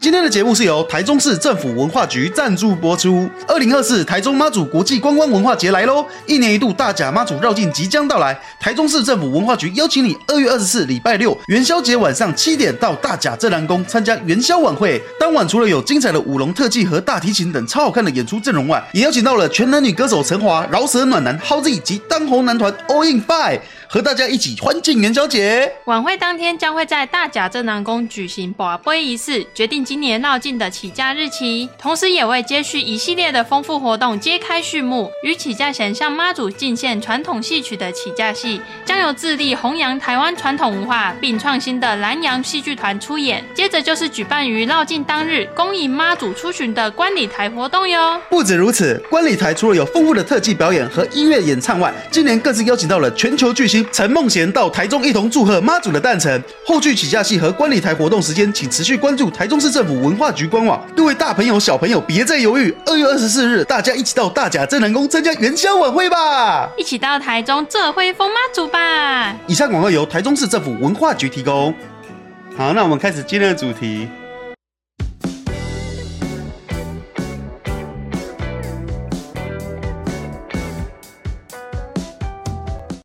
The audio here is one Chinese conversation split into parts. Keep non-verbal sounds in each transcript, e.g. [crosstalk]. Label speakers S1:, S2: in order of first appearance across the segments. S1: 今天的节目是由台中市政府文化局赞助播出。二零二四台中妈祖国际观光文化节来喽！一年一度大甲妈祖绕境即将到来，台中市政府文化局邀请你二月二十四礼拜六元宵节晚上七点到大甲镇南宫参加元宵晚会。当晚除了有精彩的舞龙特技和大提琴等超好看的演出阵容外，也邀请到了全男女歌手陈华、饶舌暖男 h o z 及当红男团 All In Five，和大家一起欢庆元宵节。
S2: 晚会当天将会在大甲镇南宫举行保杯仪式，决定今年绕境的起驾日期，同时也为接续一系列的丰富活动揭开序幕。与起驾前向妈祖进献传统戏曲的起驾戏，将由致力弘扬台湾传统文化并创新的南洋戏剧团出演。接着就是举办于绕境当日恭迎妈祖出巡的观礼台活动哟。
S1: 不止如此，观礼台除了有丰富的特技表演和音乐演唱外，今年更是邀请到了全球巨星陈梦贤到台中一同祝贺妈祖的诞辰。后续起驾戏和观礼台活动时间，请持续关注台中市政府文化局官网。各位大朋友小朋友，别再犹豫，二月二十四日，大家一起到大甲镇南宫参加元宵晚会吧！
S2: 一起到台中这会风妈祖吧！
S1: 以上广告由台中市政府文化局提供。好，那我们开始今天的主题。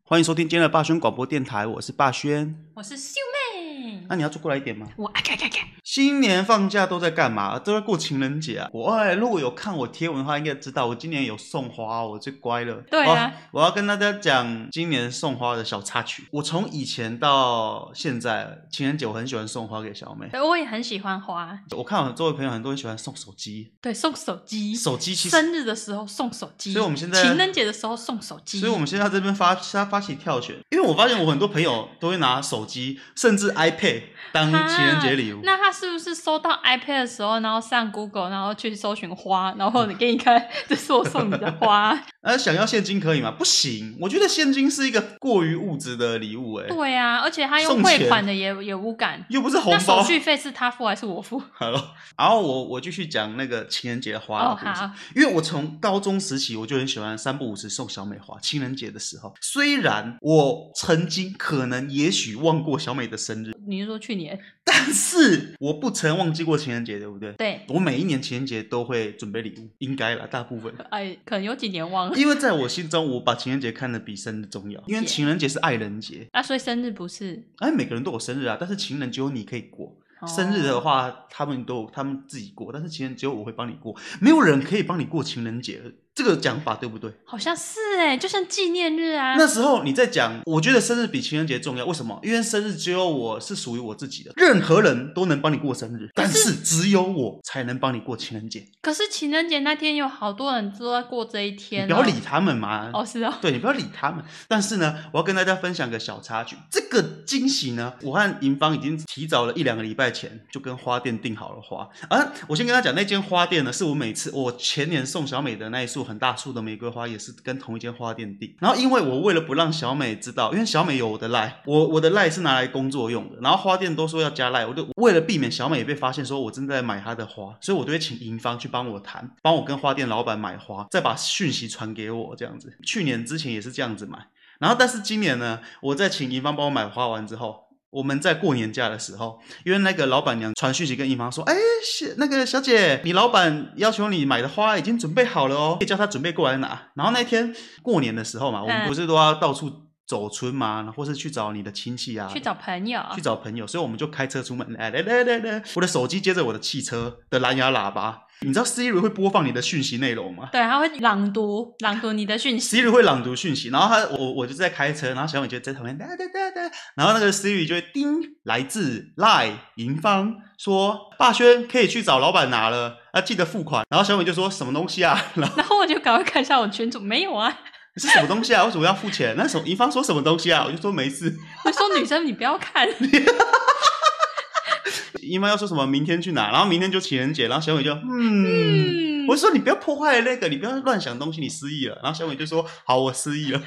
S1: 欢迎收听今天的霸轩广播电台，我是霸轩。
S2: 我是秀妹，
S1: 那、你要坐过来一点吗？
S2: 我啊咔咔咔。
S1: 新年放假都在干嘛？都在过情人节啊！我哎，如果有看我贴文的话，应该知道我今年有送花，我最乖了。
S2: 对啊
S1: 我，我要跟大家讲今年送花的小插曲。我从以前到现在，情人节我很喜欢送花给小妹。
S2: 对，我也很喜欢花。
S1: 我看我周围朋友很多人喜欢送手机，
S2: 对，送手机，
S1: 手机其实，
S2: 生日的时候送手机，
S1: 所以我们现在
S2: 情人节的时候送手机，
S1: 所以我们现在这边发发发起跳选，因为我发现我很多朋友都会拿手机，甚至 iPad 当
S2: 哈
S1: 情人节礼物。
S2: 那他是不是收到 iPad 的时候，然后上 Google，然后去搜寻花，然后你给你看， [laughs] 这是我送你的
S1: [laughs]
S2: 花。
S1: 呃，想要现金可以吗？不行，我觉得现金是一个过于物质的礼物、欸，哎，
S2: 对啊，而且他用
S1: 送钱
S2: 汇款的也也无感。
S1: 又不是红
S2: 那手
S1: 包。
S2: 续费是他付还是我付？
S1: 好了，然后我我继续讲那个情人节 [laughs] 花的
S2: 哦，
S1: 故事，
S2: 好，
S1: 因为我从高中时期我就很喜欢三不五时送小美花。情人节的时候，虽然我曾经可能也许忘过小美的生日，
S2: 你是说去年？
S1: 但是我不曾忘记过情人节，对不对？
S2: 对，
S1: 我每一年情人节都会准备礼物，应该啦，大部分。
S2: 哎，可能有几年忘了。
S1: 因为在我心中，我把情人节看得比生日重要，因为情人节是爱人节，
S2: 啊，所以生日不是、
S1: 哎，每个人都有生日啊，但是情人只有你可以过。
S2: 哦
S1: 生日的话，他们都有他们自己过，但是情人只有我会帮你过，没有人可以帮你过情人节，这个讲法对不对？
S2: 好像是哎，就像纪念日啊。
S1: 那时候你在讲，我觉得生日比情人节重要，为什么？因为生日只有我是属于我自己的，任何人都能帮你过生日，但是只有我才能帮你过情人节，
S2: 可是情人节那天有好多人都在过这一
S1: 你
S2: 天、
S1: 不要理。他们嘛。
S2: 哦，是哦，
S1: 对你不要理他们，但是呢，我要跟大家分享个小插曲。这个惊喜呢，我和银芳已经提早了一两个礼拜前就跟花店订好了花。啊，我先跟他讲，那间花店呢，是我每次我前年送小美的那一束很大束的玫瑰花，也是跟同一间花店订。然后因为我为了不让小美知道，因为小美有我的赖，我我的赖是拿来工作用的，然后花店都说要加赖，我就为了避免小美被发现说我正在买她的花，所以我都会请银方去帮我谈，帮我跟花店老板买花，再把讯息传给我这样子。去年之前也是这样子买，然后但是今年呢，我在请银方帮我买花完之后。我们在过年假的时候，因为那个老板娘传讯息跟银方说：“哎，小那个小姐，你老板要求你买的花已经准备好了哦，可以叫他准备过来拿。”然后那天过年的时候嘛，我们
S2: 嗯
S1: 不是都要到处走村嘛，或是去找你的亲戚啊，
S2: 去找朋友。
S1: 去找朋友，所以我们就开车出门。哎来来来来，我的手机接着我的汽车的蓝牙喇叭，你知道 Siri 会播放你的讯息内容吗？
S2: 对，他会朗读朗读你的
S1: [laughs]
S2: 讯息。
S1: Siri 会朗读讯息，然后他我我就在开车，然后小美就在旁边哒哒哒哒，然后那个 Siri 就会叮，来自 Line 银方说霸轩可以去找老板拿了，啊记得付款，然后小美就说什么东西啊， [laughs] 然后
S2: 然后我就赶快看一下我群主，没
S1: [laughs]
S2: 有啊。
S1: 是什么东西啊，为什么要付钱？那什么银方说什么东西啊，我就说没事，
S2: 我说女生你不
S1: [laughs]
S2: 要看，
S1: 银方要说什么明天去拿，然后明天就情人节，然后小美就嗯
S2: 嗯，
S1: 我就说你不要破坏那个，你不要乱想东西，你失忆了。然后小美就说：“好，我失忆了。”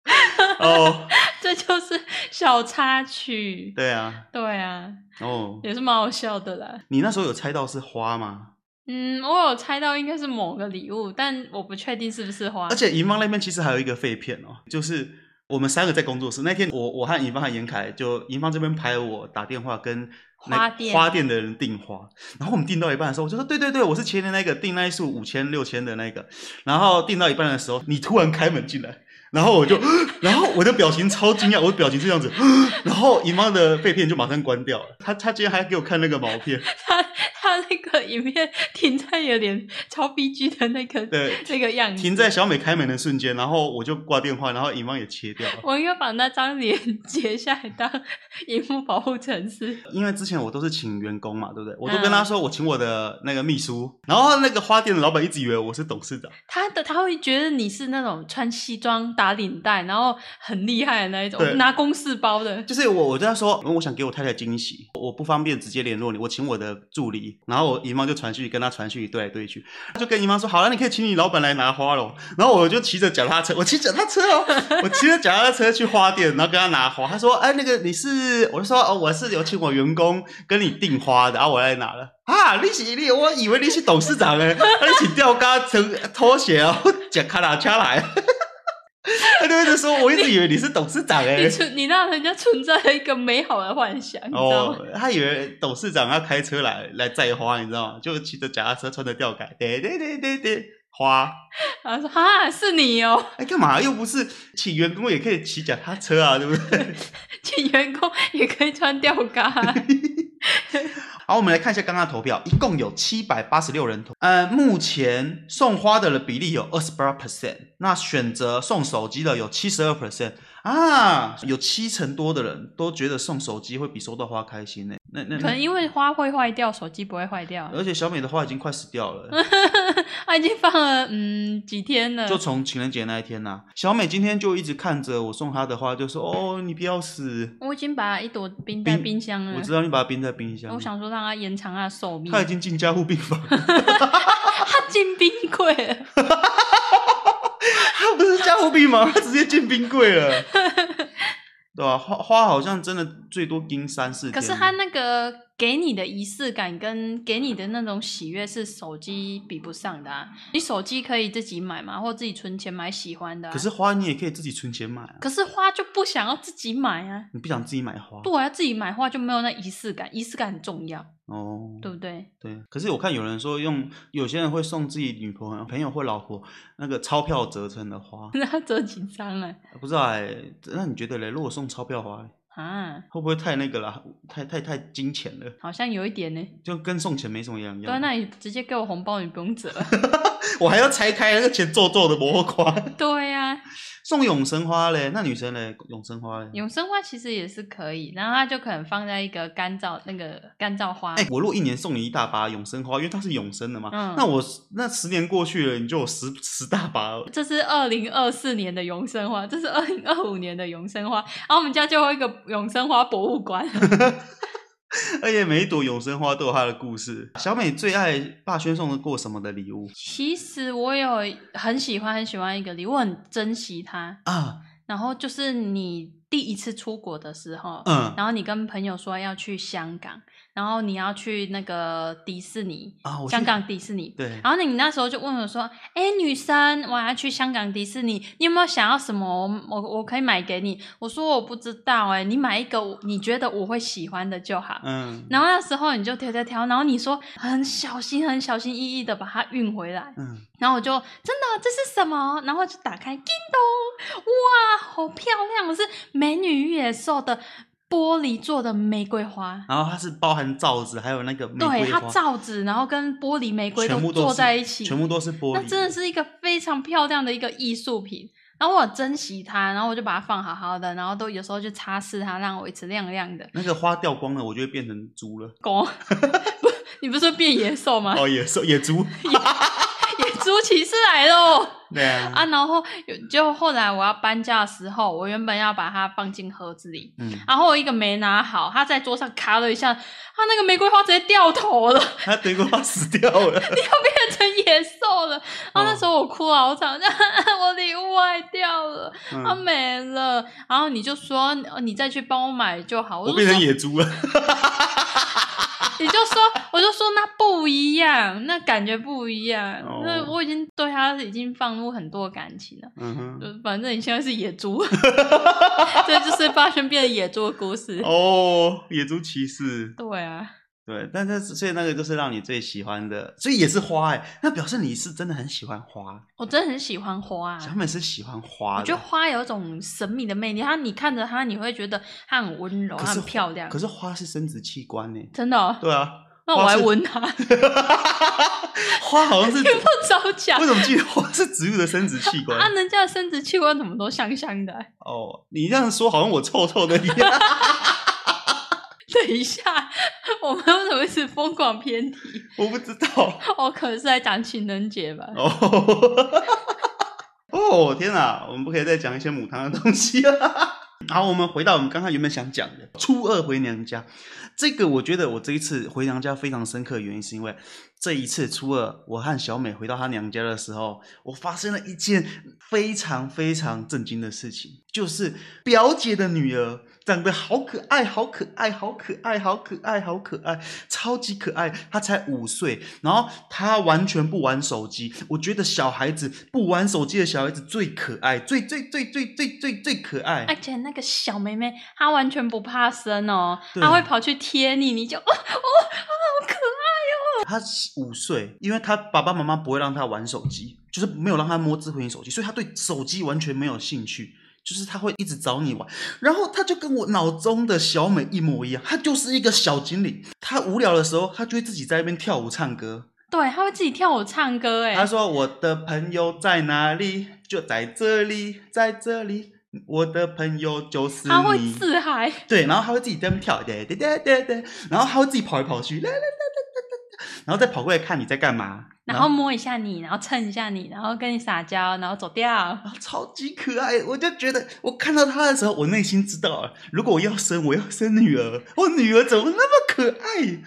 S1: [laughs] 哦，
S2: 这就是小插曲。
S1: 对啊，
S2: 对啊，
S1: 哦，
S2: 也是蛮好笑的啦。
S1: 你那时候有猜到是花吗？
S2: 嗯，我有猜到应该是某个礼物，但我不确定是不是花
S1: 而。且银芳那边其实还有一个废片哦，就是我们三个在工作室那天我，我和银芳和严凯就银芳这边拍我打电话跟那
S2: 花店
S1: 花店的人订花，然后我们订到一半的时候，我就说对对对，我是前年那个订那一束五千六千的那个，然后订到一半的时候，你突然开门进来，然后我就， [gasps] 然后我的表情超惊讶，我的表情是这样子， [gasps] 然后姨妈的废片就马上关掉了，她她今天还给我看那个毛片，
S2: [laughs] 他他那个影片停在有点超 B G 的那个
S1: 对，
S2: 那个样子，
S1: 停在小美开门的瞬间，然后我就挂电话，然后姨妈也切掉 [laughs] 了。
S2: 我应该把那张脸 [laughs] 截下来当荧幕保护城市。
S1: 因为之前我都是请员工嘛，对不对？我都跟他说我请我的那个秘书，然后那个花店的老板一直以为我是董事长，
S2: 他的他会觉得你是那种穿西装打领带，然后很厉害的那一
S1: 对
S2: 种，拿公事包的。
S1: 就是我我跟他说嗯我想给我太太惊喜，我不方便直接联络你，我请我的助理，然后我姨妈就传讯息跟他传讯息对来对去，他就跟姨妈说好了，你可以请你老板来拿花咯。然后我就骑着脚踏车，我骑脚踏车哦，我骑着脚踏车去花店，然后跟他拿花，他说哎那个你是，我就说哦我是有请我员工跟你订花的，然后我来拿了。啊！你是你，我以为你是董事长哎，啊你请吊嘎成拖鞋哦，讲卡拉掐来， [laughs] 他就一直说，我一直以为你是董事长 [laughs] 哎。
S2: 你存，你让人家存在了一个美好的幻想，你知道吗？ [laughs]
S1: 哦，他以为董事长要开车来来载花，你知道吗？就骑着脚踏车，穿着吊带，对对对对对，花。
S2: 然后说啊，是你哦，
S1: 哎，干嘛？又不是请员工也可以骑脚踏车啊，对不对？
S2: [laughs] 请员工也可以穿吊嘎。
S1: 好，我们来看一下刚刚的投票，一共有七百八十六人投。呃，目前送花的比例有二十八 percent，那选择送手机的有七十二 percent 啊，有七成多的人都觉得送手机会比收到花开心呢、那那
S2: 可啊能
S1: 那，
S2: 因为花会坏掉，手机不会坏掉。
S1: 而且小美的花已经快死掉了。
S2: 他已经放了嗯几天了，
S1: 就从情人节那一天呐、小美今天就一直看着我送她的花，就说：“哦，你不要死，
S2: 我已经把一朵冰在
S1: 冰
S2: 冰箱了。
S1: 我知道你把它冰在冰箱
S2: 嗯我
S1: 里。
S2: 想说让它延长它的寿”命
S1: 她，已经进加护病房了， [laughs]
S2: 它进冰柜了。
S1: 她不是加护病房，她直接进冰柜
S2: [laughs]
S1: 了，对吧、花花好像真的最多盯三四天，
S2: 可是它那个给你的仪式感跟给你的那种喜悦是手机比不上的、啊。你手机可以自己买嘛，或自己存钱买喜欢的、啊。
S1: 可是花你也可以自己存钱买啊，
S2: 可是花就不想要自己买啊。
S1: 你不想自己买花
S2: 对啊，自己买花就没有那仪式感，仪式感很重要，
S1: 哦？
S2: 对不对？ [laughs]
S1: 对，可是我看有人说用，有些人会送自己女朋友、朋友或老婆那个钞票折成的花，
S2: 那它折几张啊？
S1: 不知道哎、那你觉得嘞？如果送钞票花嘞？
S2: 啊，
S1: 会不会太那个啦？太太太金钱了，
S2: 好像有一点呢、
S1: 就跟送钱没什么两样。
S2: 对啊，那你直接给我红包，你不用折。 [laughs]
S1: [laughs] 我还要拆开那个钱皱皱的魔花，
S2: 对啊呀、
S1: [laughs] 送永生花嘞，那女生嘞，永生花嘞。
S2: 永生花其实也是可以，然后它就可能放在一个干燥那个干燥花，
S1: 哎、我如果一年送你一大把永生花，因为它是永生的嘛，
S2: 嗯
S1: 那我那十年过去了，你就有十十大把了。 [laughs]
S2: 这是二零二四年的永生花，这是二零二五年的永生花，然后我们家就会有一个永生花博物馆。 [laughs]
S1: 而且每一朵永生花都有它的故事。小美最爱霸轩送过什么的礼物
S2: 其实我有很喜欢很喜欢一个礼物，我很珍惜它。
S1: 啊？
S2: 然后就是你第一次出国的时候，
S1: 嗯
S2: 然后你跟朋友说要去香港，然后你要去那个迪士尼，
S1: 啊，我去
S2: 香港迪士尼，
S1: 对
S2: 然后你那时候就问我说：“哎、女生，我要去香港迪士尼，你有没有想要什么？我我我可以买给你。”我说：“我不知道、哎，你买一个我你觉得我会喜欢的就好。
S1: 嗯
S2: 然后那时候你就挑挑挑，然后你说很小心、很小心翼翼的把它运回来，
S1: 嗯，
S2: 然后我就真的这是什么？然后就打开，叮咚，哇，好漂亮！是美女与野兽的玻璃做的玫瑰花，
S1: 然后它是包含罩子，还有那个玫瑰
S2: 对，它
S1: 花，
S2: 罩子，然后跟玻璃玫瑰
S1: 全部都
S2: 做
S1: 是
S2: 在一起，
S1: 全部都是玻璃，
S2: 那真的是一个非常漂亮的一个艺术品。然后我很珍惜它，然后我就把它放好好的，然后都有时候就擦拭它，让我一直亮亮的。
S1: 那个花掉光了，我就会变成猪了。 [laughs]
S2: 狗，不，你不是说变野兽吗？
S1: 哦，野兽野猪，
S2: 野猪骑士来喽！
S1: 对啊，
S2: 啊，然后有就后来我要搬家的时候，我原本要把它放进盒子里，
S1: 嗯，
S2: 然后我一个没拿好，它在桌上卡了一下，它那个玫瑰花直接掉头了， [laughs]
S1: 他德国花死掉了，
S2: 变成野兽了。然后
S1: 哦
S2: 那时候我哭啊，我想 [laughs] 我礼物坏掉了。它
S1: 嗯、
S2: 没了，然后你就说呃你再去帮我买就好。我
S1: 我
S2: 就
S1: 变
S2: 说
S1: 成野猪了，
S2: 你就说，我就说那不不一样，那感觉不一样。
S1: 哦
S2: 那我已经对他已经放入很多感情了。
S1: 嗯哼，
S2: 就反正你现在是野
S1: [laughs]
S2: 猪，这就是八仙变的野猪的故事。
S1: 哦，野猪骑士，
S2: 对啊，
S1: 对，但是所以那个就是让你最喜欢的，所以也是花哎、那表示你是真的很喜欢花，
S2: 我真的很喜欢花、
S1: 小
S2: 啊。
S1: 美是喜欢花
S2: 我觉
S1: 的
S2: 得。花有一种神秘的魅力，它你看着它，你会觉得它很温柔，
S1: 可
S2: 它
S1: 是
S2: 很漂亮
S1: 可。是花是生殖器官呢、
S2: 真的、哦，
S1: 对啊，
S2: 那我
S1: 花
S2: 还
S1: 是
S2: 闻它， [laughs]
S1: 花好像是
S2: 听不着讲
S1: 为。什么记得花是植物的生殖器
S2: [laughs] 啊，
S1: 官？
S2: 人家的生殖器官怎么都香香的、啊
S1: 哦，你这样说好像我臭臭的一样。
S2: [laughs] 等一下，我们为什么一直疯狂偏题？ [laughs]
S1: 我不知道。
S2: 我可能是在讲情人节吧。
S1: 哦，哦，天哪，我们不可以再讲一些母汤的东西了。 [laughs] 好，我们回到我们刚刚原本想讲的，初二回娘家。这个我觉得我这一次回娘家非常深刻的原因，是因为这一次初二，我和小美回到她娘家的时候，我发生了一件非常非常震惊的事情，就是表姐的女儿长得好可爱，好可爱，好可爱，好可爱，好可爱，超级可爱。她才五岁，然后她完全不玩手机。我觉得小孩子不玩手机的小孩子最可爱，最最最最最最最可爱。
S2: 而且那个小妹妹，她完全不怕生哦，
S1: 对
S2: 她会跑去贴你，你就哦哦哦，好可爱。
S1: 他五岁，因为他爸爸妈妈不会让他玩手机，就是没有让他摸智慧型手机，所以他对手机完全没有兴趣。就是他会一直找你玩，然后他就跟我脑中的小美一模一样，他就是一个小精灵。他无聊的时候，他就会自己在那边跳舞唱歌。
S2: 对，她会自己跳舞唱歌，哎
S1: 他，说：“我的朋友在哪里？就在这里，在这里。我的朋友就是你。”
S2: 她会自嗨。
S1: 对，然后他会自己在那边跳，对对对对对，然后他会自己跑来跑去，啦啦啦啦啦啦啦，然后再跑过来看你在干嘛，
S2: 然后摸一下你，然后蹭一下你，然后跟你撒娇，然后走掉。
S1: [laughs] 然后超级可爱，我就觉得我看到他的时候，我内心知道了，如果我要生，我要生女儿，我女儿怎么那么可爱？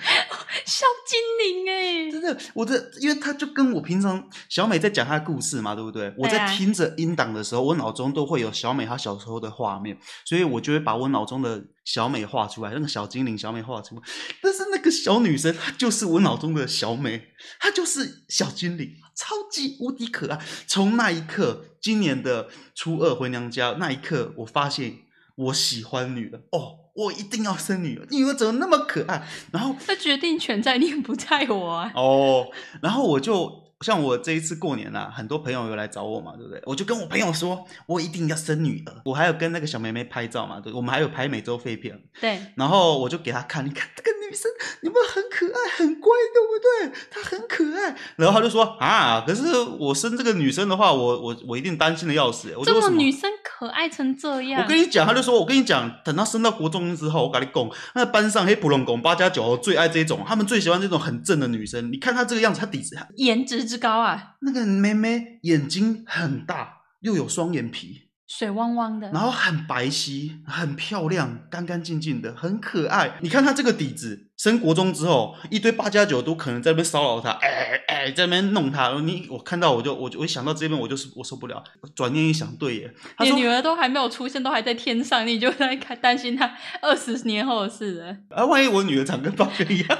S2: 小精灵哎，
S1: 真的，我的，因为他就跟我平常小美在讲她的故事嘛，对不对？我在
S2: 对啊
S1: 听着音档的时候，我脑中都会有小美她小时候的画面，所以我就会把我脑中的小美画出来，那个小精灵小美画出来。但是那个小女生，她就是我脑中的小美，她就是小精灵，超级无敌可爱。从那一刻，今年的初二回娘家那一刻，我发现我喜欢女儿哦。我一定要生女儿，女儿怎么那么可爱？然后
S2: 这决定权在你，不在我啊。
S1: 哦，然后我就像我这一次过年啦、很多朋友有来找我嘛，对不对？我就跟我朋友说，我一定要生女儿。我还有跟那个小妹妹拍照嘛，对，我们还有拍美洲废片。
S2: 对，
S1: 然后我就给她看，你看这个女生有没有很可爱、很乖，对不对？她很可爱。然后她就说啊，可是我生这个女生的话，我我我一定担心的要死。欸我
S2: 这
S1: 说为什
S2: 么
S1: 么
S2: 女生可爱成这样，
S1: 我跟你讲，他就说，我跟你讲，等他升到国中之后，我跟你讲，那班上黑普龙拱八加九最爱这种，他们最喜欢这种很正的女生。你看她这个样子，她底子
S2: 颜值之高啊，
S1: 那个妹妹眼睛很大，又有双眼皮，
S2: 水汪汪的。
S1: 然后很白皙，很漂亮，干干净净的，很可爱。你看她这个底子，升国中之后，一堆八加九都可能在那边骚扰她，哎哎，在那边弄她。你我看到我就我就我一想到这边我就是我受不了。转念一想，对耶，她
S2: 你
S1: 说
S2: 女儿都还没有出现，都还在天上，你就在看担心她二十年后的事了。 [laughs]
S1: 啊，万一我女儿长 [laughs] 跟八哥一样。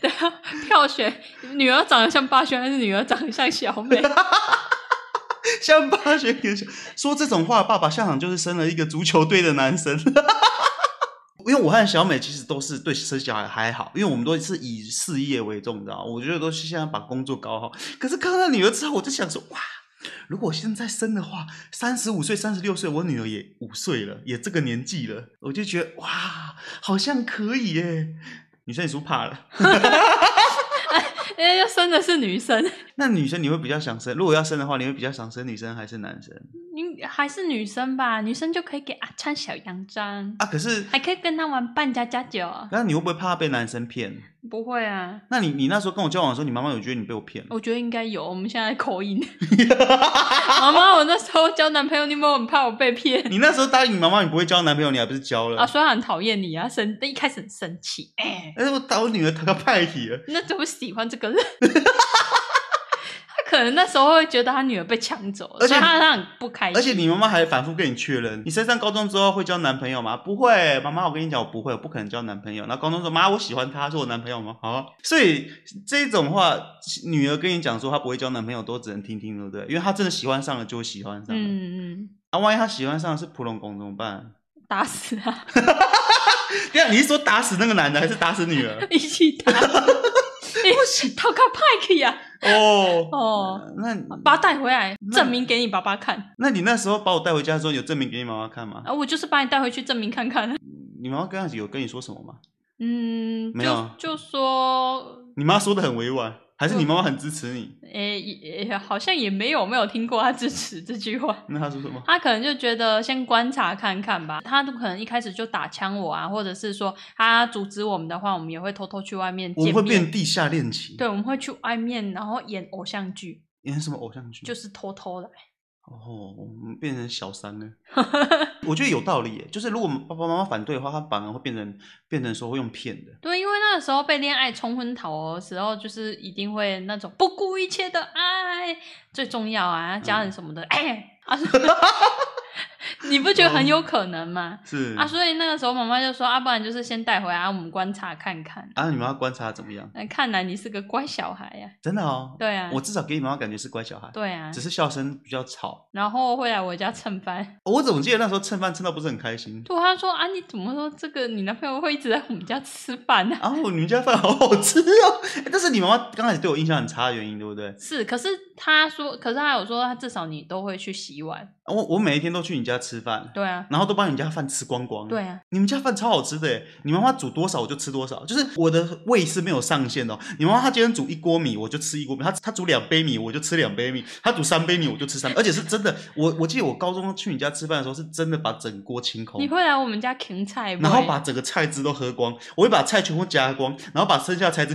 S2: 对啊，票选女儿长得像八轩，还是女儿长得像小美？ [laughs]
S1: 像八学年小说这种话，爸爸下场就是生了一个足球队的男生。 [laughs] 因为我和小美其实都是对生小孩还好，因为我们都是以事业为重，你知道吗我觉得都是现在把工作搞好。可是看到女儿之后，我就想说，哇，如果现在生的话，三十五岁、三十六岁，我女儿也五岁了，也这个年纪了，我就觉得哇，好像可以耶。女生你是不是怕了？ [laughs]
S2: 因为生的是女生，
S1: 那女生你会比较想生？如果要生的话，你会比较想生女生还是男生
S2: 你还是女生吧，女生就可以给啊穿小洋装，
S1: 啊？可是
S2: 还可以跟她玩扮家家酒。啊
S1: 那你会不会怕被男生骗？
S2: 不会啊，
S1: 那你你那时候跟我交往的时候，你妈妈有觉得你被我骗吗？
S2: 我觉得应该有。我们现在口 [laughs] 音，妈妈，我那时候交男朋友，你有没有很怕我被骗？ [laughs]
S1: 你那时候答应你妈妈你不会交男朋友，你还不是交了？
S2: 啊，虽然很讨厌你啊，生一开始很生气，哎、
S1: 啊但是我打我女儿她个派体了，
S2: [laughs] 那怎么喜欢这个人？他可能那时候会觉得他女儿被抢走了，
S1: 而且
S2: 所以他他很不开心。
S1: [laughs] 而且你妈妈还反复跟你确认，你升上高中之后会交男朋友吗？不会，妈妈，我跟你讲，我不会，我不可能交男朋友。然后高中说，妈，我喜欢他，是我男朋友吗？好、所以这种话，女儿跟你讲说她不会交男朋友，都只能听听，对不对？因为她真的喜欢上了，就喜欢上了。
S2: 嗯嗯，
S1: 啊，万一她喜欢上的是普龙公怎么办？ [laughs]
S2: 打死他，？
S1: 对啊，你是说打死那个男的，还是打死女儿
S2: 一起打。 [laughs] 不行，逃开派克呀！
S1: 哦，
S2: 啊哦，
S1: 那
S2: 把他带回来，
S1: 那
S2: 证明给你爸爸看
S1: 那你那时候把我带回家的时候，你有证明给你妈妈看吗？
S2: 啊！我就是把你带回去证明看看。啊
S1: 你妈妈刚开始有跟你说什么吗？
S2: 嗯，
S1: 没有
S2: 就就说，
S1: 你妈说的很委婉，还是你妈妈很支持你？
S2: 诶、也也好像也没有没有听过他支持这句话。
S1: 那她说什么？
S2: 他可能就觉得先观察看看吧，他都可能一开始就打枪我啊，或者是说他阻止我们的话，我们也会偷偷去外面
S1: 我们
S2: 嗯见
S1: 会
S2: 面
S1: 变。地下恋情，
S2: 对，我们会去外面，然后演偶像剧，
S1: 演什么偶像剧？
S2: 就是偷偷来。
S1: 哦，我们变成小三
S2: [laughs]
S1: 呢？我觉得有道理耶，就是如果爸爸妈妈反对的话，他反而会变成变成说会用骗的。
S2: 对，因为那个时候被恋爱冲昏头的时候，就是一定会那种不顾一切的爱，最重要啊，
S1: 嗯
S2: 家人什么的， [laughs] 哎、
S1: [laughs]
S2: 啊，你不觉得很有可能吗？
S1: 是
S2: 啊，所以那个时候妈妈就说，啊，不然就是先带回来，啊我们观察看看。
S1: 啊，你们要观察怎么样？
S2: 哎，看来你是个乖小孩呀、
S1: 真的哦，
S2: 对啊，
S1: 我至少给你妈妈感觉是乖小孩，
S2: 对啊，
S1: 只是笑声比较吵。哦
S2: 然后会来我家蹭饭。 [laughs]
S1: 我怎么记得那时候蹭饭蹭到不是很开心？
S2: 对，他说啊，你怎么说这个？你男朋友会一直在我们家吃饭呢、 [laughs]
S1: 啊，我你们家饭好好吃哦！但是你妈妈刚开始对我印象很差的原因，对不对？
S2: 是，可是他说，可是他有说，他至少你都会去洗碗。
S1: 我我每一天都去你家吃饭，
S2: 对啊，
S1: 然后都把你家饭吃光光。
S2: 对啊，
S1: 你们家饭超好吃的耶，你妈妈煮多少我就吃多少，就是我的胃是没有上限的、哦。你妈妈她今天煮一锅米，我就吃一锅米；她她煮两杯米，我就吃两杯米；她煮三杯米，我就吃三杯。而且是真的，我我记得我高中去你家吃饭的时候，是真的把整锅清空
S2: 你，会来我们家芹菜不
S1: 然后
S2: 会
S1: 把整个菜汁都喝光，我会把菜全部夹光，然后把剩下的菜汁，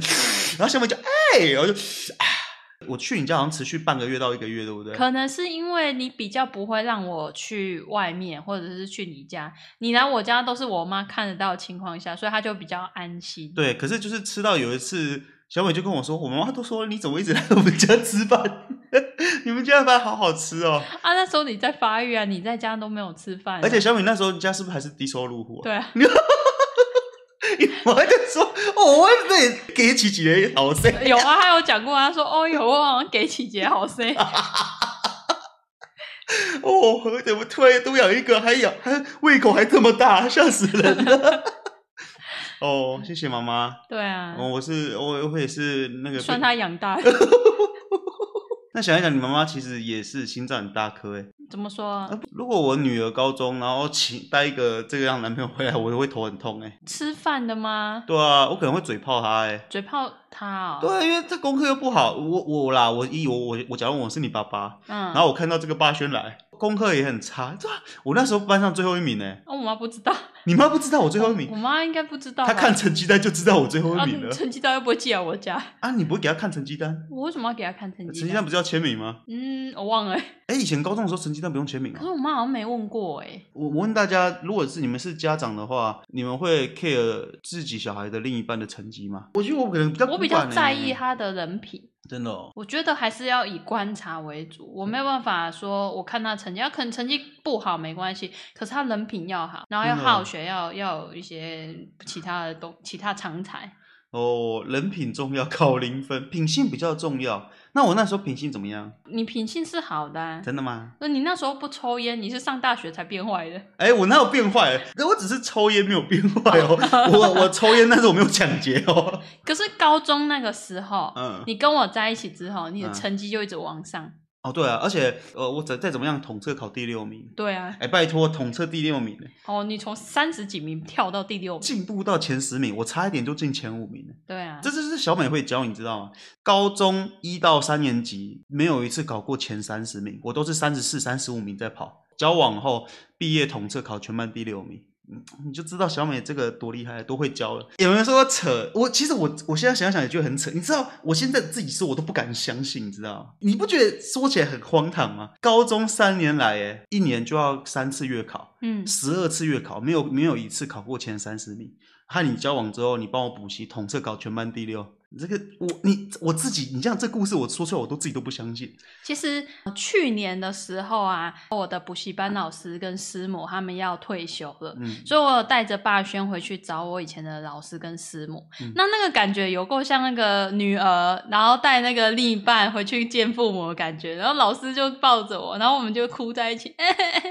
S1: 然后下面就哎，然后就啊。我去你家好像持续半个月到一个月，对不对？
S2: 可能是因为你比较不会让我去外面，或者是去你家，你来我家都是我妈看得到的情况下，所以他就比较安心。
S1: 对，可是就是吃到有一次，小美就跟我说，我妈妈都说你怎么一直来我们家吃饭？ [laughs] 你们家的饭好好吃哦！
S2: 啊，那时候你在发育啊，你在家都没有吃饭啊、
S1: 而且小美那时候你家是不是还是低收入户、啊？
S2: 对啊，
S1: 对， [laughs] 我还在说，哦，我对给起几个好生。
S2: 有啊，他有讲过啊，他说哦有啊，好像给琪姐好 [laughs] C。
S1: 哦，我怎么突然都养一个，还养还胃口还这么大，吓死人
S2: [laughs]
S1: 了！哦，谢谢妈妈。
S2: 对啊，
S1: 哦，我是我我也是那个被。
S2: 算他养
S1: [laughs]
S2: 大。
S1: 那想一想，你妈妈其实也是心脏很大颗哎。
S2: 怎么说啊？
S1: 啊如果我女儿高中，然后请带一个这个样男朋友回来，我都会头很痛哎、
S2: 吃饭的吗？
S1: 对啊，我可能会嘴炮她哎、
S2: 嘴炮他哦。
S1: 对，啊，因为她功课又不好，我我啦，我一我我我假如我是你爸爸，
S2: 嗯。
S1: 然后我看到这个霸轩来，功课也很差，对啊，我那时候班上最后一名呢、
S2: 哦，我妈不知道，
S1: 你妈不知道我最后一
S2: 我
S1: 名，
S2: 妈应该不知道吧。
S1: 她看成绩单就知道我最后一名
S2: 啊，
S1: 了
S2: 成绩单又不会寄来我家，
S1: 啊！你不会给她看成绩单？
S2: 我为什么要给她看成
S1: 成
S2: 绩
S1: 绩
S2: 单？
S1: 单不是要签名吗？
S2: 嗯，我忘了欸。
S1: 哎、以前高中的时候成绩单不用签名
S2: 可
S1: 啊
S2: 是。我妈好像没问过哎、
S1: 我我问大家，如果是你们是家长的话，你们会 care 自己小孩的另一半的成绩吗？我觉得我可能比较、欸
S2: 我比较在意，她的人品。
S1: 真的、哦。
S2: 我觉得还是要以观察为主，我没有办法说我看她成绩，她可能成绩不好没关系，可是她人品要好，然后要
S1: 真的哦
S2: 好学，要要有一些其他的东其他常才。
S1: 哦，人品重要， [laughs] 考零分，品性比较重要。那我那时候品性怎么样？
S2: 你品性是好的、啊，
S1: 真的吗？
S2: 那你那时候不抽烟，你是上大学才变坏的。
S1: 哎、我哪有变坏？欸我只是抽烟没有变坏
S2: [laughs]
S1: 哦。我我抽烟，但是我没有抢劫哦。
S2: 可是高中那个时候，
S1: 嗯，
S2: 你跟我在一起之后，你的
S1: 嗯
S2: 成绩就一直往上。
S1: 哦对啊，而且呃，我再再怎么样统测考第六名。
S2: 对啊，
S1: 哎、拜托，统测第六名，欸
S2: 哦，你从三十几名跳到第六名。
S1: 进步到前十名，我差一点就进前五名了。欸
S2: 对啊，
S1: 这就是小美会教你知道吗？高中一到三年级没有一次考过前三十名，我都是三十四、三十五名在跑。交往后毕业统测考全班第六名，嗯，你就知道小美这个多厉害，多会教了。有人说扯，我其实我我现在想想也觉得很扯。你知道我现在自己说我都不敢相信，你知道吗？你不觉得说起来很荒唐吗？高中三年来，哎，一年就要三次月考，
S2: 嗯，
S1: 十二次月考，没有没有一次考过前三十名。和你交往之后，你帮我补习统测考全班第六，你这个我你我自己，你这样这故事我说出来，我都自己都不相信。
S2: 其实呃去年的时候啊，我的补习班老师跟师母他们要退休了。
S1: 嗯，
S2: 所以我有带着霸轩回去找我以前的老师跟师母，
S1: 嗯
S2: 那那个感觉有够像那个女儿，然后带那个另一半回去见父母的感觉，然后老师就抱着我，然后我们就哭在一起。 [laughs]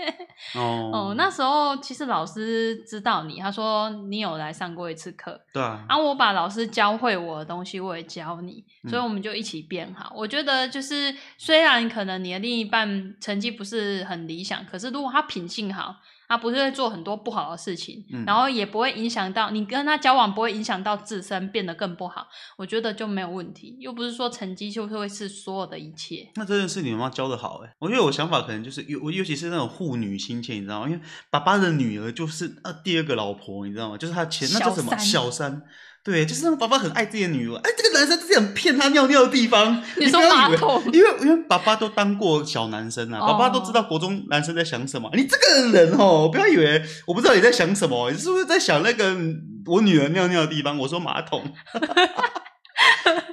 S1: 哦
S2: 哦，那时候其实老师知道你，他说你有来上过一次课，
S1: 对啊，
S2: 然后我把老师教会我的东西，我也教你，
S1: 嗯
S2: 所以我们就一起变好。我觉得就是，虽然可能你的另一半成绩不是很理想，可是如果他品性好，他不是会做很多不好的事情，
S1: 嗯
S2: 然后也不会影响到你跟他交往，不会影响到自身变得更不好，我觉得就没有问题。又不是说成绩就会是所有的一切。
S1: 那真的是你妈妈教的好哎、我觉得我想法可能就是尤尤其是那种护女心切，你知道吗？因为爸爸的女儿就是呃第二个老婆，你知道吗？就是他前那叫什么
S2: 小
S1: 小
S2: 三
S1: 三。对，就是那种爸爸很爱自己的女儿，哎，这个男生就是很骗他尿尿的地方。你
S2: 你
S1: 不
S2: 说
S1: 要以
S2: 马
S1: 为
S2: 桶
S1: 因为因为爸爸都当过小男生啊，
S2: 哦
S1: 爸爸都知道国中男生在想什么。你这个人哦，不要以为我不知道你在想什么，你是不是在想那个嗯我女儿尿尿的地方？我说马桶，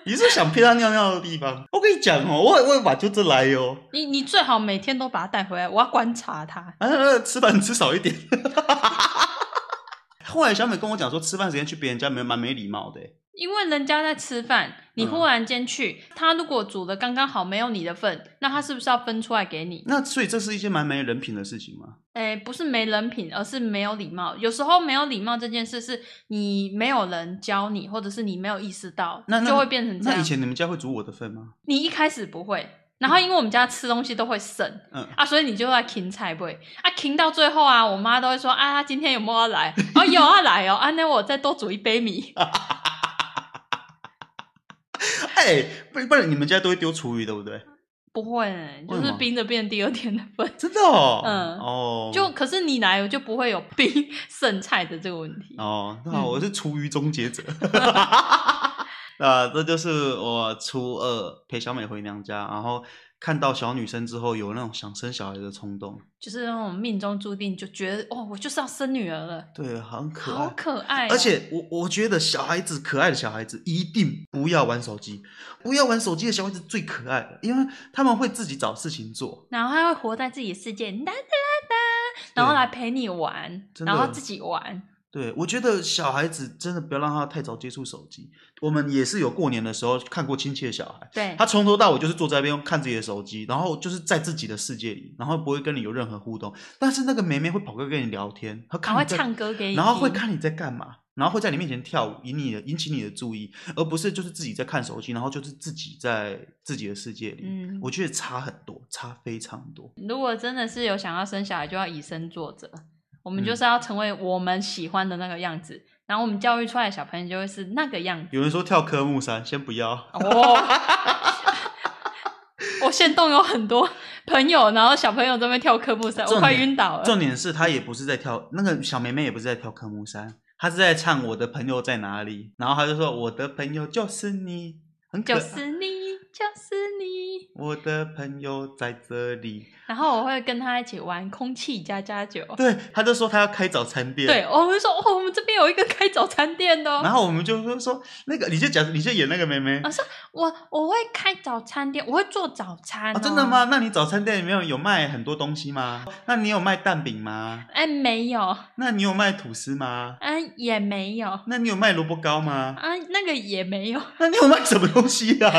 S1: 你是不是想骗她尿尿的地方？我跟你讲哦，我我把就这来哦哟、
S2: 你你最好每天都把他带回来，我要观察他。
S1: 啊，啊吃饭吃少一点。 [laughs] 后来小美跟我讲说，吃饭时间去别人家没蛮没礼貌的欸、
S2: 因为人家在吃饭，你
S1: 嗯
S2: 忽然间去，他如果煮的刚刚好，没有你的份，那他是不是要分出来给你？
S1: 那所以这是一件蛮没人品的事情嘛。
S2: 哎，不是没人品，而是没有礼貌。有时候没有礼貌这件事，是你没有人教你，或者是你没有意识到，
S1: 那那
S2: 就会变成这
S1: 那以
S2: 样。
S1: 前你们家会煮我的份吗？
S2: 你一开始不会，然后因为我们家吃东西都会剩，
S1: 嗯
S2: 啊，所以你就在停菜不会啊，停到最后啊，我妈都会说啊，她今天有没有要来？哦，有要来哦，啊，那我再多煮一杯米。
S1: 哎、不不然你们家都会丢厨余对不对？
S2: 不会呢，就
S1: 为
S2: 是
S1: 什么
S2: 冰着变第二天的份。
S1: 真的哦，
S2: 嗯
S1: 哦，
S2: 就可是你来，我就不会有冰 [laughs] 剩菜的这个问题。
S1: 哦，那
S2: 嗯
S1: 好，我是厨余终结
S2: [laughs]
S1: 者。 [laughs] 啊，这就是我初二陪小美回娘家，然后看到小女生之后，有那种想生小孩的冲动。
S2: 就是那种命中注定，就觉得哦，我就是要生女儿了，
S1: 对，很可
S2: 好
S1: 爱。
S2: 可爱哦、
S1: 而且我我觉得小孩子可爱的小孩子一定不要玩手机，不要玩手机的小孩子最可爱了，因为他们会自己找事情做。
S2: 然后他会活在自己的世界，哒哒哒哒，然后来陪你玩，
S1: 真的
S2: 然后自己玩。
S1: 对，我觉得小孩子真的不要让他太早接触手机。我们也是有过年的时候看过亲戚的小孩，
S2: 对，
S1: 他从头到尾就是坐在那边看自己的手机，然后就是在自己的世界里，然后不会跟你有任何互动。但是那个妹妹会跑过来跟你聊天，她
S2: 然
S1: 看
S2: 后
S1: 你
S2: 会
S1: 在
S2: 唱歌给你听，
S1: 然后会看你在干嘛，然后会在你面前跳舞，引你的引起你的注意，而不是就是自己在看手机，然后就是自己在自己的世界里。
S2: 嗯
S1: 我觉得差很多，差非常多。
S2: 如果真的是有想要生小孩，就要以身作则。我们
S1: 嗯
S2: 就是要成为我们喜欢的那个样子，然后我们教育出来的小朋友就会是那个样子。
S1: 有人说跳科目三，先不要。
S2: 哦， [laughs] 我现动有很多朋友，然后小朋友都在跳科目三，我
S1: 重
S2: 快
S1: 点
S2: 晕倒了。
S1: 重点是她也不是在跳，那个小妹妹也不是在跳科目三，她是在唱《我的朋友在哪里》，然后她就说我的朋友就是你，很可
S2: 就
S1: 爱。
S2: 是你，就是你。
S1: 我的朋友在这里，
S2: 然后我会跟他一起玩空气加加酒。
S1: 对，她就说她要开早餐店，
S2: 对，我们说哦，我们这边有一个开早餐店的、
S1: 然
S2: 哦，
S1: 后我们就说说那个，你就讲，你就演那个妹妹，
S2: 我我会开早餐店，我会做早餐、
S1: 啊，
S2: 哦
S1: 真的？吗？那你早餐店里面有有卖很多东西吗？那你有卖蛋饼吗？
S2: 哎，没有，
S1: 那你有卖吐司吗？
S2: 嗯，也没有，
S1: 那你有卖萝卜糕吗？
S2: 啊，那个也没有，
S1: 那你有卖什么东西啊？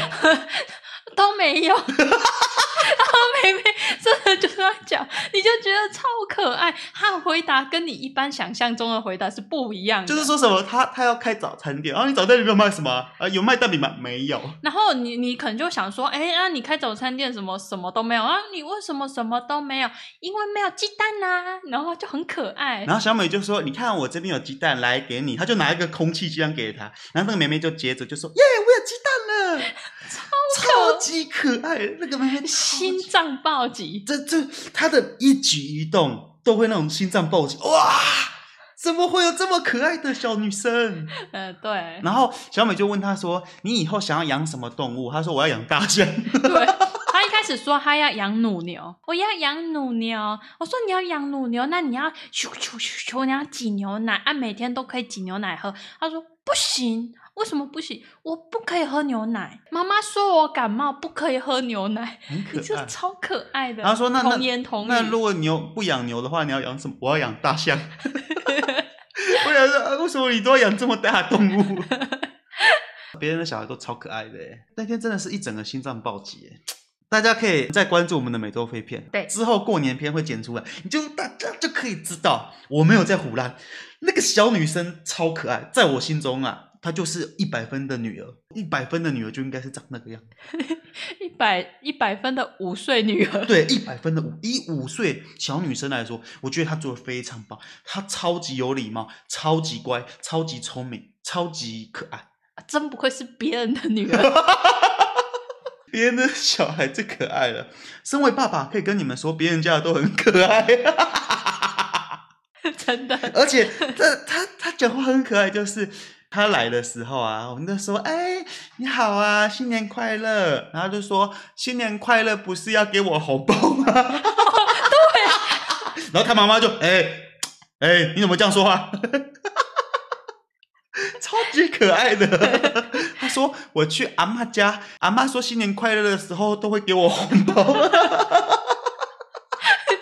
S2: 都
S1: [laughs]
S2: 没有。然后妹妹真的就是要讲，你就觉得超可爱，她的回答跟你一般想象中的回答是不一样的。
S1: 就是说什么他他要开早餐店，然后你早餐店有卖什么啊？啊有卖蛋饼吗？没有。
S2: 然后你你可能就想说，哎，那、你开早餐店什么什么都没有啊？你为什么什么都没有？因为没有鸡蛋呐、然后就很可爱
S1: 然。后小美就说：“你看我这边有鸡蛋，来给你。”她就拿一个空气鸡蛋给她，然后那个妹妹就接着就说：“耶，我有鸡蛋了，
S2: 可
S1: 超级可爱。”那个
S2: [laughs]
S1: 妹妹
S2: 心脏暴击，
S1: 这这他的一举一动都会那种心脏暴击，哇！怎么会有这么可爱的小女
S2: [laughs]
S1: 生？
S2: 呃，对
S1: 然后小美就问他说：“你以后想要养什么动物？”他说：“我要养大象。
S2: 对。他一开始说他要养乳牛，我要养乳牛。我说你要养乳牛，那你要咻咻咻咻，你要挤牛奶啊，每天都可以挤牛奶喝。他说不行，为什么不行？我不可以喝牛奶。妈妈说我感冒不可以喝牛
S1: [laughs]
S2: 奶，
S1: 很
S2: [laughs] 你
S1: 可
S2: 这
S1: 爱。
S2: 超可爱的。
S1: 然后说那那
S2: 童言童
S1: 那
S2: 语，
S1: 如果牛不养牛的话，你要养什么？我要养大象。 [laughs] 我想说，啊为什么你都要养这么大的动物？ [laughs] 别人的小孩都超可爱的欸，那天真的是一整个心脏暴击欸。大家可以再关注我们的每周废片，
S2: 对
S1: 之后过年片会剪出来，你就大家就可以知道我没有在胡乱。那个小女生超可爱，在我心中啊，她就是一百分的女儿，一百分的女儿就应该是长那个样子。
S2: 一百一百分的五岁女儿，
S1: 对，一百分的五，以五岁小女生来说，我觉得她做的非常棒，她超级有礼貌，超级乖，超级聪明，超级可爱。
S2: 真不愧是别人的女儿。 [laughs]
S1: 别人的小孩最可爱了，身为爸爸可以跟你们说，别人家的都很可爱，啊
S2: 真的，
S1: [laughs] 而且这他他讲话很可爱，就是。他来的时候啊，我们就说：“哎、你好啊，新年快乐。”然后就说：“新年快乐不是要给我红包吗？” [laughs] 对。然后他妈妈就：“哎、哎、你怎么这样说话？” [laughs] 超级可爱的。 [laughs] 他说：“我去阿妈家，阿妈说新年快乐的时候都会给我红包。”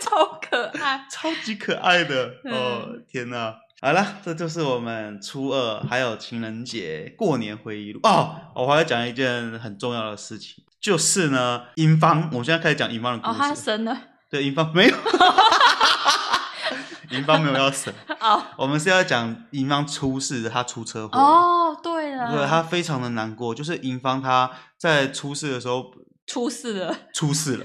S2: 超可爱。 [laughs]
S1: 超级可爱的
S2: 嗯
S1: 哦！天哪，好啦，这就是我们初二还有情人节过年回忆录哦。我还要讲一件很重要的事情，就是呢，银芳，我们现在开始讲银芳的
S2: 哦，
S1: 故
S2: 她
S1: 事。
S2: 生了。
S1: 对，银芳没有， [laughs] 银芳没有要死，
S2: [laughs] 哦
S1: 我们是要讲银芳出事，她出车祸。
S2: 哦，对了，
S1: 对，她非常的难过，就是银芳她在出事的时候
S2: 出事了。
S1: 出事了，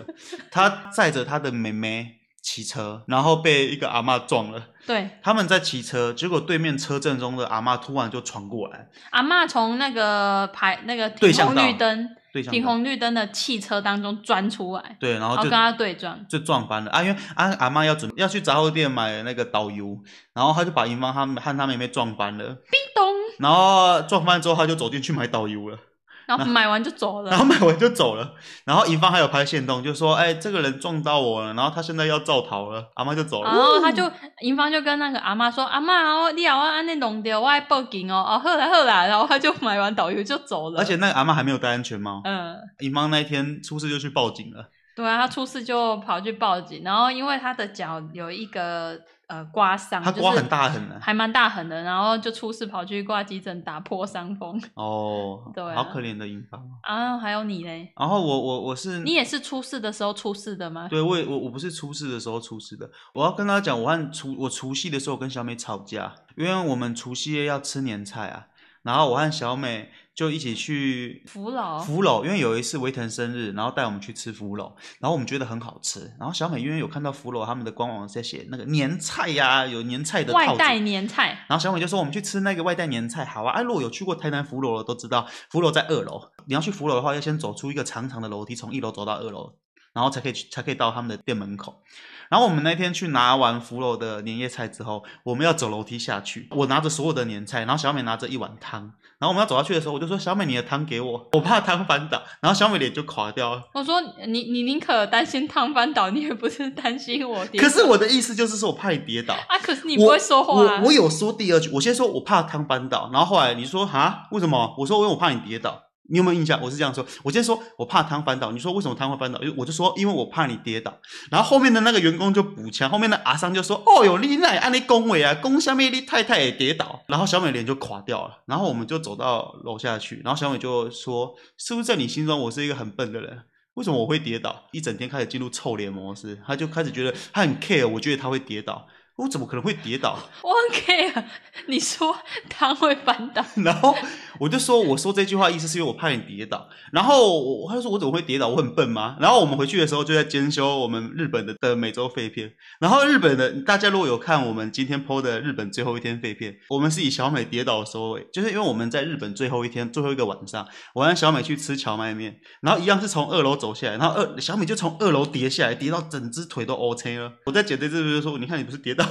S1: 她载着她的妹妹骑车，然后被一个阿嬷撞了。
S2: 对，
S1: 他们在骑车，结果对面车阵中的阿嬷突然就闯过来，
S2: 阿嬷从那个牌那个
S1: 对
S2: 停
S1: 向
S2: 红绿
S1: 道
S2: 灯
S1: 对向
S2: 停
S1: 灯
S2: 红绿灯的汽车当中钻出来，
S1: 对，然
S2: 然
S1: 后
S2: 后
S1: 就
S2: 跟他对撞。
S1: 就撞翻了啊！因为阿阿嬷要准要去杂货店买那个导游，然后他就把银芳他们和他妹妹撞翻了，
S2: 叮咚，
S1: 然后撞翻之后他就走进去买导游了， [laughs]
S2: 然后买完就走
S1: 然后
S2: 了。
S1: 买完就走了，然后银芳还有拍线动，就说哎这个人撞到我了，然后他现在要造逃了，阿嬷就走了，
S2: 然后他
S1: 呜
S2: 就银芳就跟那个阿嬷说：“阿嬷哦，你好，我安尼弄掉，我爱报警哦。”哦，好啦好啦，然后他就买完导游就走了。
S1: 而且，那个阿嬷还没有戴安全帽，
S2: 嗯，
S1: 银芳那一天出事就去报警了，
S2: 对啊，他出事就跑去报警，然后因为他的脚有一个呃刮伤，
S1: 他刮很，大痕呢、
S2: 还蛮大痕的，然后就出事跑去挂急诊打破伤风
S1: 哦，
S2: 对啊
S1: 好可怜的银芳。
S2: 啊。还有你嘞，
S1: 然后我我我是
S2: 你也是出事的时候出事的吗？
S1: 嗯对，我也我我不是出事的时候出事的，我要跟他讲，我和除我除夕的时候跟小美吵架，因为我们除夕夜要吃年菜啊，然后我和小美就一起去
S2: 扶老
S1: 福楼，因为有一次维腾生日，然后带我们去吃福楼，然后我们觉得很好吃，然后小美因为有看到福楼他们的官网在写那个年菜呀、有年菜的套
S2: 外
S1: 餐
S2: 带年菜，
S1: 然后小美就说：“我们去吃那个外带年菜，好啊！哎、如果有去过台南福楼的都知道，福楼在二楼。你要去福楼的话，要先走出一个长长的楼梯，从一楼走到二楼，然后才可以去，才可以到他们的店门口。然后我们那天去拿完福楼的年夜菜之后，我们要走楼梯下去。我拿着所有的年菜，然后小美拿着一碗汤。然后我们要走下去的时候，我就说：小美，你的汤给我，我怕汤翻倒。然后小美脸就垮掉了。
S2: 我说你你宁可担心烫翻倒，你也不是担心我跌
S1: 可是我的意思就是说我怕你跌倒。”
S2: 啊，可是你不
S1: 我
S2: 会说话、啊
S1: 我我有说第二句，我先说我怕汤翻倒，然后后来你说哈，为什么？我说因为我怕你跌倒。你有没有印象？我是这样说，我先说我怕汤翻倒，你说为什么汤会翻倒？因为我就说因为我怕你跌倒。然后后面的那个员工就补枪，后面的阿桑就说：“哦哟，你奈按你恭维啊，恭下面你太太也跌倒。”然后小美脸就垮掉了。然后我们就走到楼下去，然后小美就说：“是不是在你心中我是一个很笨的人？”为什么我会跌倒？一整天开始进入臭脸模式，她就开始觉得她很 care，我觉得她会跌倒，我怎么可能会跌倒？
S2: [laughs] 我很 care，你说他会翻倒， [laughs]
S1: [laughs] 然后我就说，我说这句话意思是因为我怕你跌倒。然后我他就说我怎么会跌倒？我很笨吗？然后我们回去的时候就在监修我们日本的的每周废片。然后日本的大家如果有看我们今天 PO 的日本最后一天废片，我们是以小美跌倒收尾，就是因为我们在日本最后一天最后一个晚上，我让小美去吃荞麦面，然后一样是从二楼走下来，然后二小美就从二楼跌下来，跌到整只腿都 OK 了。我在剪这支就说，你看你不是跌倒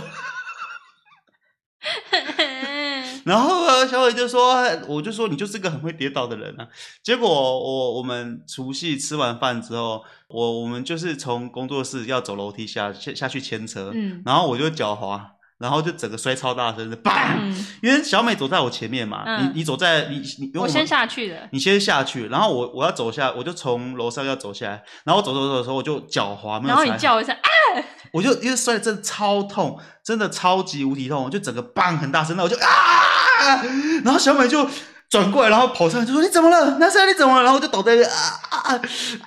S1: 然后呢，小伟就说，我就说你就是个很会跌倒的人啊。结果我我们除夕吃完饭之后，我我们就是从工作室要走楼梯下下下去牵车，
S2: 嗯，
S1: 然后我就脚滑，然后就整个摔超大声的，砰！
S2: 嗯，
S1: 因为小美走在我前面嘛，
S2: 嗯
S1: 你你走在你你，因为
S2: 我
S1: 们
S2: 先下去的，
S1: 你先下去，然后我我要走下，我就从楼上要走下来，然后我走走走的时候，我就脚滑没有
S2: 然后
S1: 踩
S2: 你
S1: 好，
S2: 叫我一声啊，
S1: 我就因为摔的真的超痛，真的超级无敌痛，我就整个棒很大声，那我就啊，然后小美就转过来，然后跑上来就说你怎么了，男生你怎么了？然后我就倒在那边啊啊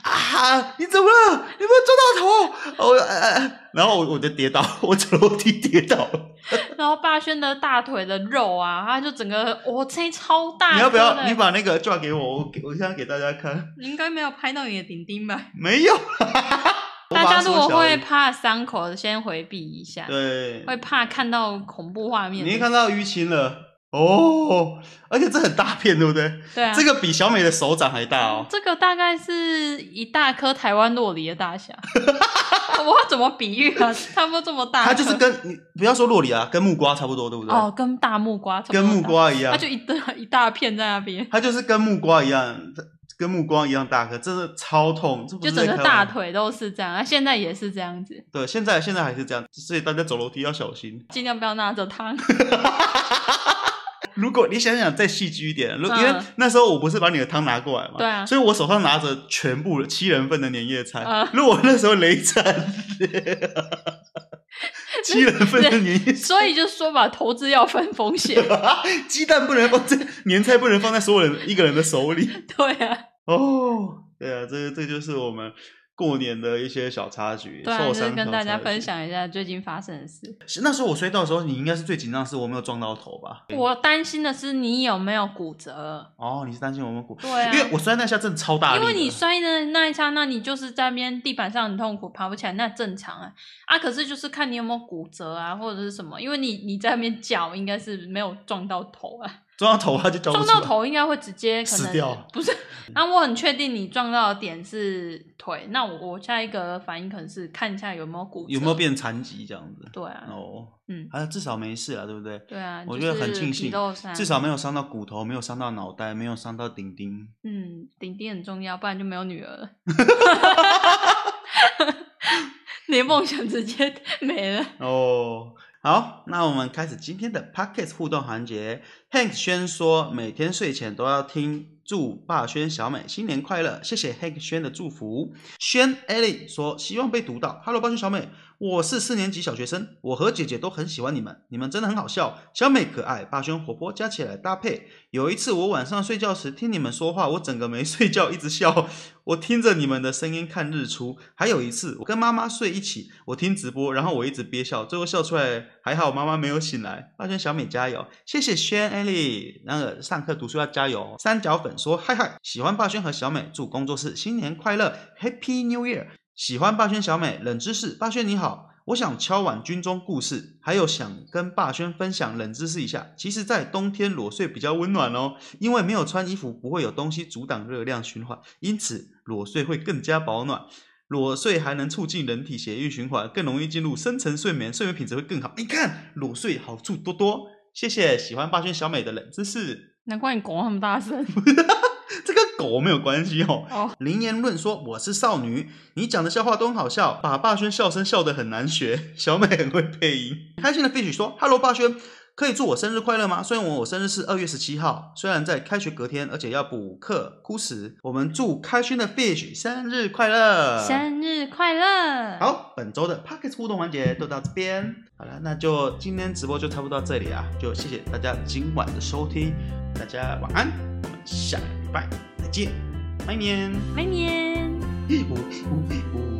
S1: 啊啊，你怎么了？你没有撞到头？然后我就、啊啊啊然后我我就跌倒， [laughs] 我从楼梯跌倒了。
S2: 然后霸轩的大腿的肉啊，他就整个我塞超大，
S1: 你要不要？你？把那个抓给我，我给我现在给大家看，
S2: 应该没有拍到你的顶顶吧？
S1: 没有。我把
S2: 大
S1: 它
S2: 家如果
S1: 缩小而已
S2: 会怕伤口的，先回避一下，
S1: 对，
S2: 会怕看到恐怖画面
S1: 你
S2: 的。
S1: 一看到淤青了哦，而且这很大片，对不对？
S2: 对啊，
S1: 这个比小美的手掌还大哦。
S2: 这个大概是一大颗台湾洛梨的
S1: [laughs]
S2: 大小，我要怎么比喻啊？差不多这么大颗，
S1: 它就是跟你不要说洛里啊，跟木瓜差不多，对不对？
S2: 哦，跟大木瓜差不多
S1: 跟
S2: 大，
S1: 木瓜一
S2: 它
S1: 样，
S2: 就一大一大片在
S1: [laughs]
S2: 那边，
S1: 它就是跟木瓜一样，跟木瓜一样大颗，真的超痛，这不
S2: 就是整
S1: 在
S2: 个
S1: 开
S2: 大
S1: 玩笑。
S2: 腿都是这样，啊，现在也是这样子，
S1: 对，现在现在还是这样，所以大家走楼梯要小心。
S2: 尽量不要拿着它。
S1: [laughs] 如果你想想再戏剧一点，如
S2: 嗯
S1: 因为那时候我不是把你的汤拿过来嘛，
S2: 对啊
S1: 所以我手上拿着全部七人份的年夜菜
S2: 嗯。
S1: 如果那时候雷惨， [laughs] 七人份的年夜
S2: 所以就说吧，投资要分风
S1: [laughs]
S2: 险，
S1: 鸡蛋不能放在年菜不能放在所有人一个人的手里
S2: 对啊，
S1: [laughs] 哦。对啊，这这就是我们过年的一些小插曲，
S2: 对啊，
S1: 受
S2: 就
S1: 伤
S2: 是跟
S1: 小
S2: 大家
S1: 插曲
S2: 分。享一下最近发生的事。
S1: 那时候我摔到的时候，你应该是最紧张，是我没有撞到头吧？
S2: 我担心的是你有没有骨折，
S1: 哦，你是担心我们骨，
S2: 对啊
S1: 因为我摔那下真的超大力的，
S2: 因为你摔的那一刹那，你就是在那边地板上很痛苦，爬不起来，那正常啊。啊，可是就是看你有没有骨折啊，或者是什么，因为你你在那边脚应该是没有撞到头啊，
S1: 撞到头，它就叫不
S2: 撞
S1: 出来
S2: 到，头应该会直接可能
S1: 死掉
S2: 不是，那我很确定你撞到的点是腿，那我我下一个反应可能是看一下有没有骨折，
S1: 有没有？变残疾这样子？
S2: 对啊，
S1: 哦，
S2: 嗯，
S1: 还有至少没事了，对不对？
S2: 对啊，
S1: 哦我
S2: 就
S1: 觉得
S2: 是
S1: 很庆
S2: 皮
S1: 幸
S2: 肉伤，
S1: 至少没有伤到骨头，没有伤到脑袋，没有伤到顶顶。
S2: 嗯，顶顶很重要，不然就没有女儿
S1: [laughs]
S2: [laughs] 了。你的梦想直接没了。
S1: [laughs] 哦，好，那我们开始今天的 Pockets 互动环节。Hank 轩说，每天睡前都要听。祝霸轩小美新年快乐！谢谢 Hank 轩的祝福。轩 Ellie 说：“希望被读到。”Hello，霸轩小美，我是四年级小学生，我和姐姐都很喜欢你们，你们真的很好笑。小美可爱，霸轩活泼，加起来搭配。有一次我晚上睡觉时听你们说话，我整个没睡觉，一直笑。我听着你们的声音看日出。还有一次我跟妈妈睡一起，我听直播，然后我一直憋笑，最后笑出来，还好妈妈没有醒来。霸轩小美加油，谢谢轩 Ellie，那个上课读书要加油。哦三角粉说嗨嗨，喜欢霸轩和小美，祝工作室新年快乐，Happy New Year。喜欢霸轩小美冷知识，霸轩你好，我想敲碗军中故事，还有想跟霸轩分享冷知识一下。其实，在冬天裸睡比较温暖哦，因为没有穿衣服不会有东西阻挡热量循环，因此裸睡会更加保暖。裸睡还能促进人体血液循环，更容易进入深层睡眠，睡眠品质会更好。你看，裸睡好处多多。谢谢喜欢霸轩小美的冷知识。
S2: 难怪你拱那么大声。
S1: 这跟狗没有关系哦。 [laughs]
S2: 哦
S1: 林言论说我是少女，你讲的笑话都很好笑，把霸轩笑声笑得很难学。小美很会配音。开心的 fish 说：“Hello，霸轩，可以祝我生日快乐吗？虽然我生日是二月十七号，虽然在开学隔天，而且要补课，哭死。我们祝开心的 fish 生日快乐。”
S2: 生日快乐！，
S1: 呃好，本周的 Pocket 互动环节就到这边。好了，那就今天直播就差不多到这里啊，就谢谢大家今晚的收听，大家晚安，我们下礼拜再见，拜年。
S2: 拜年。
S1: 呜呜呜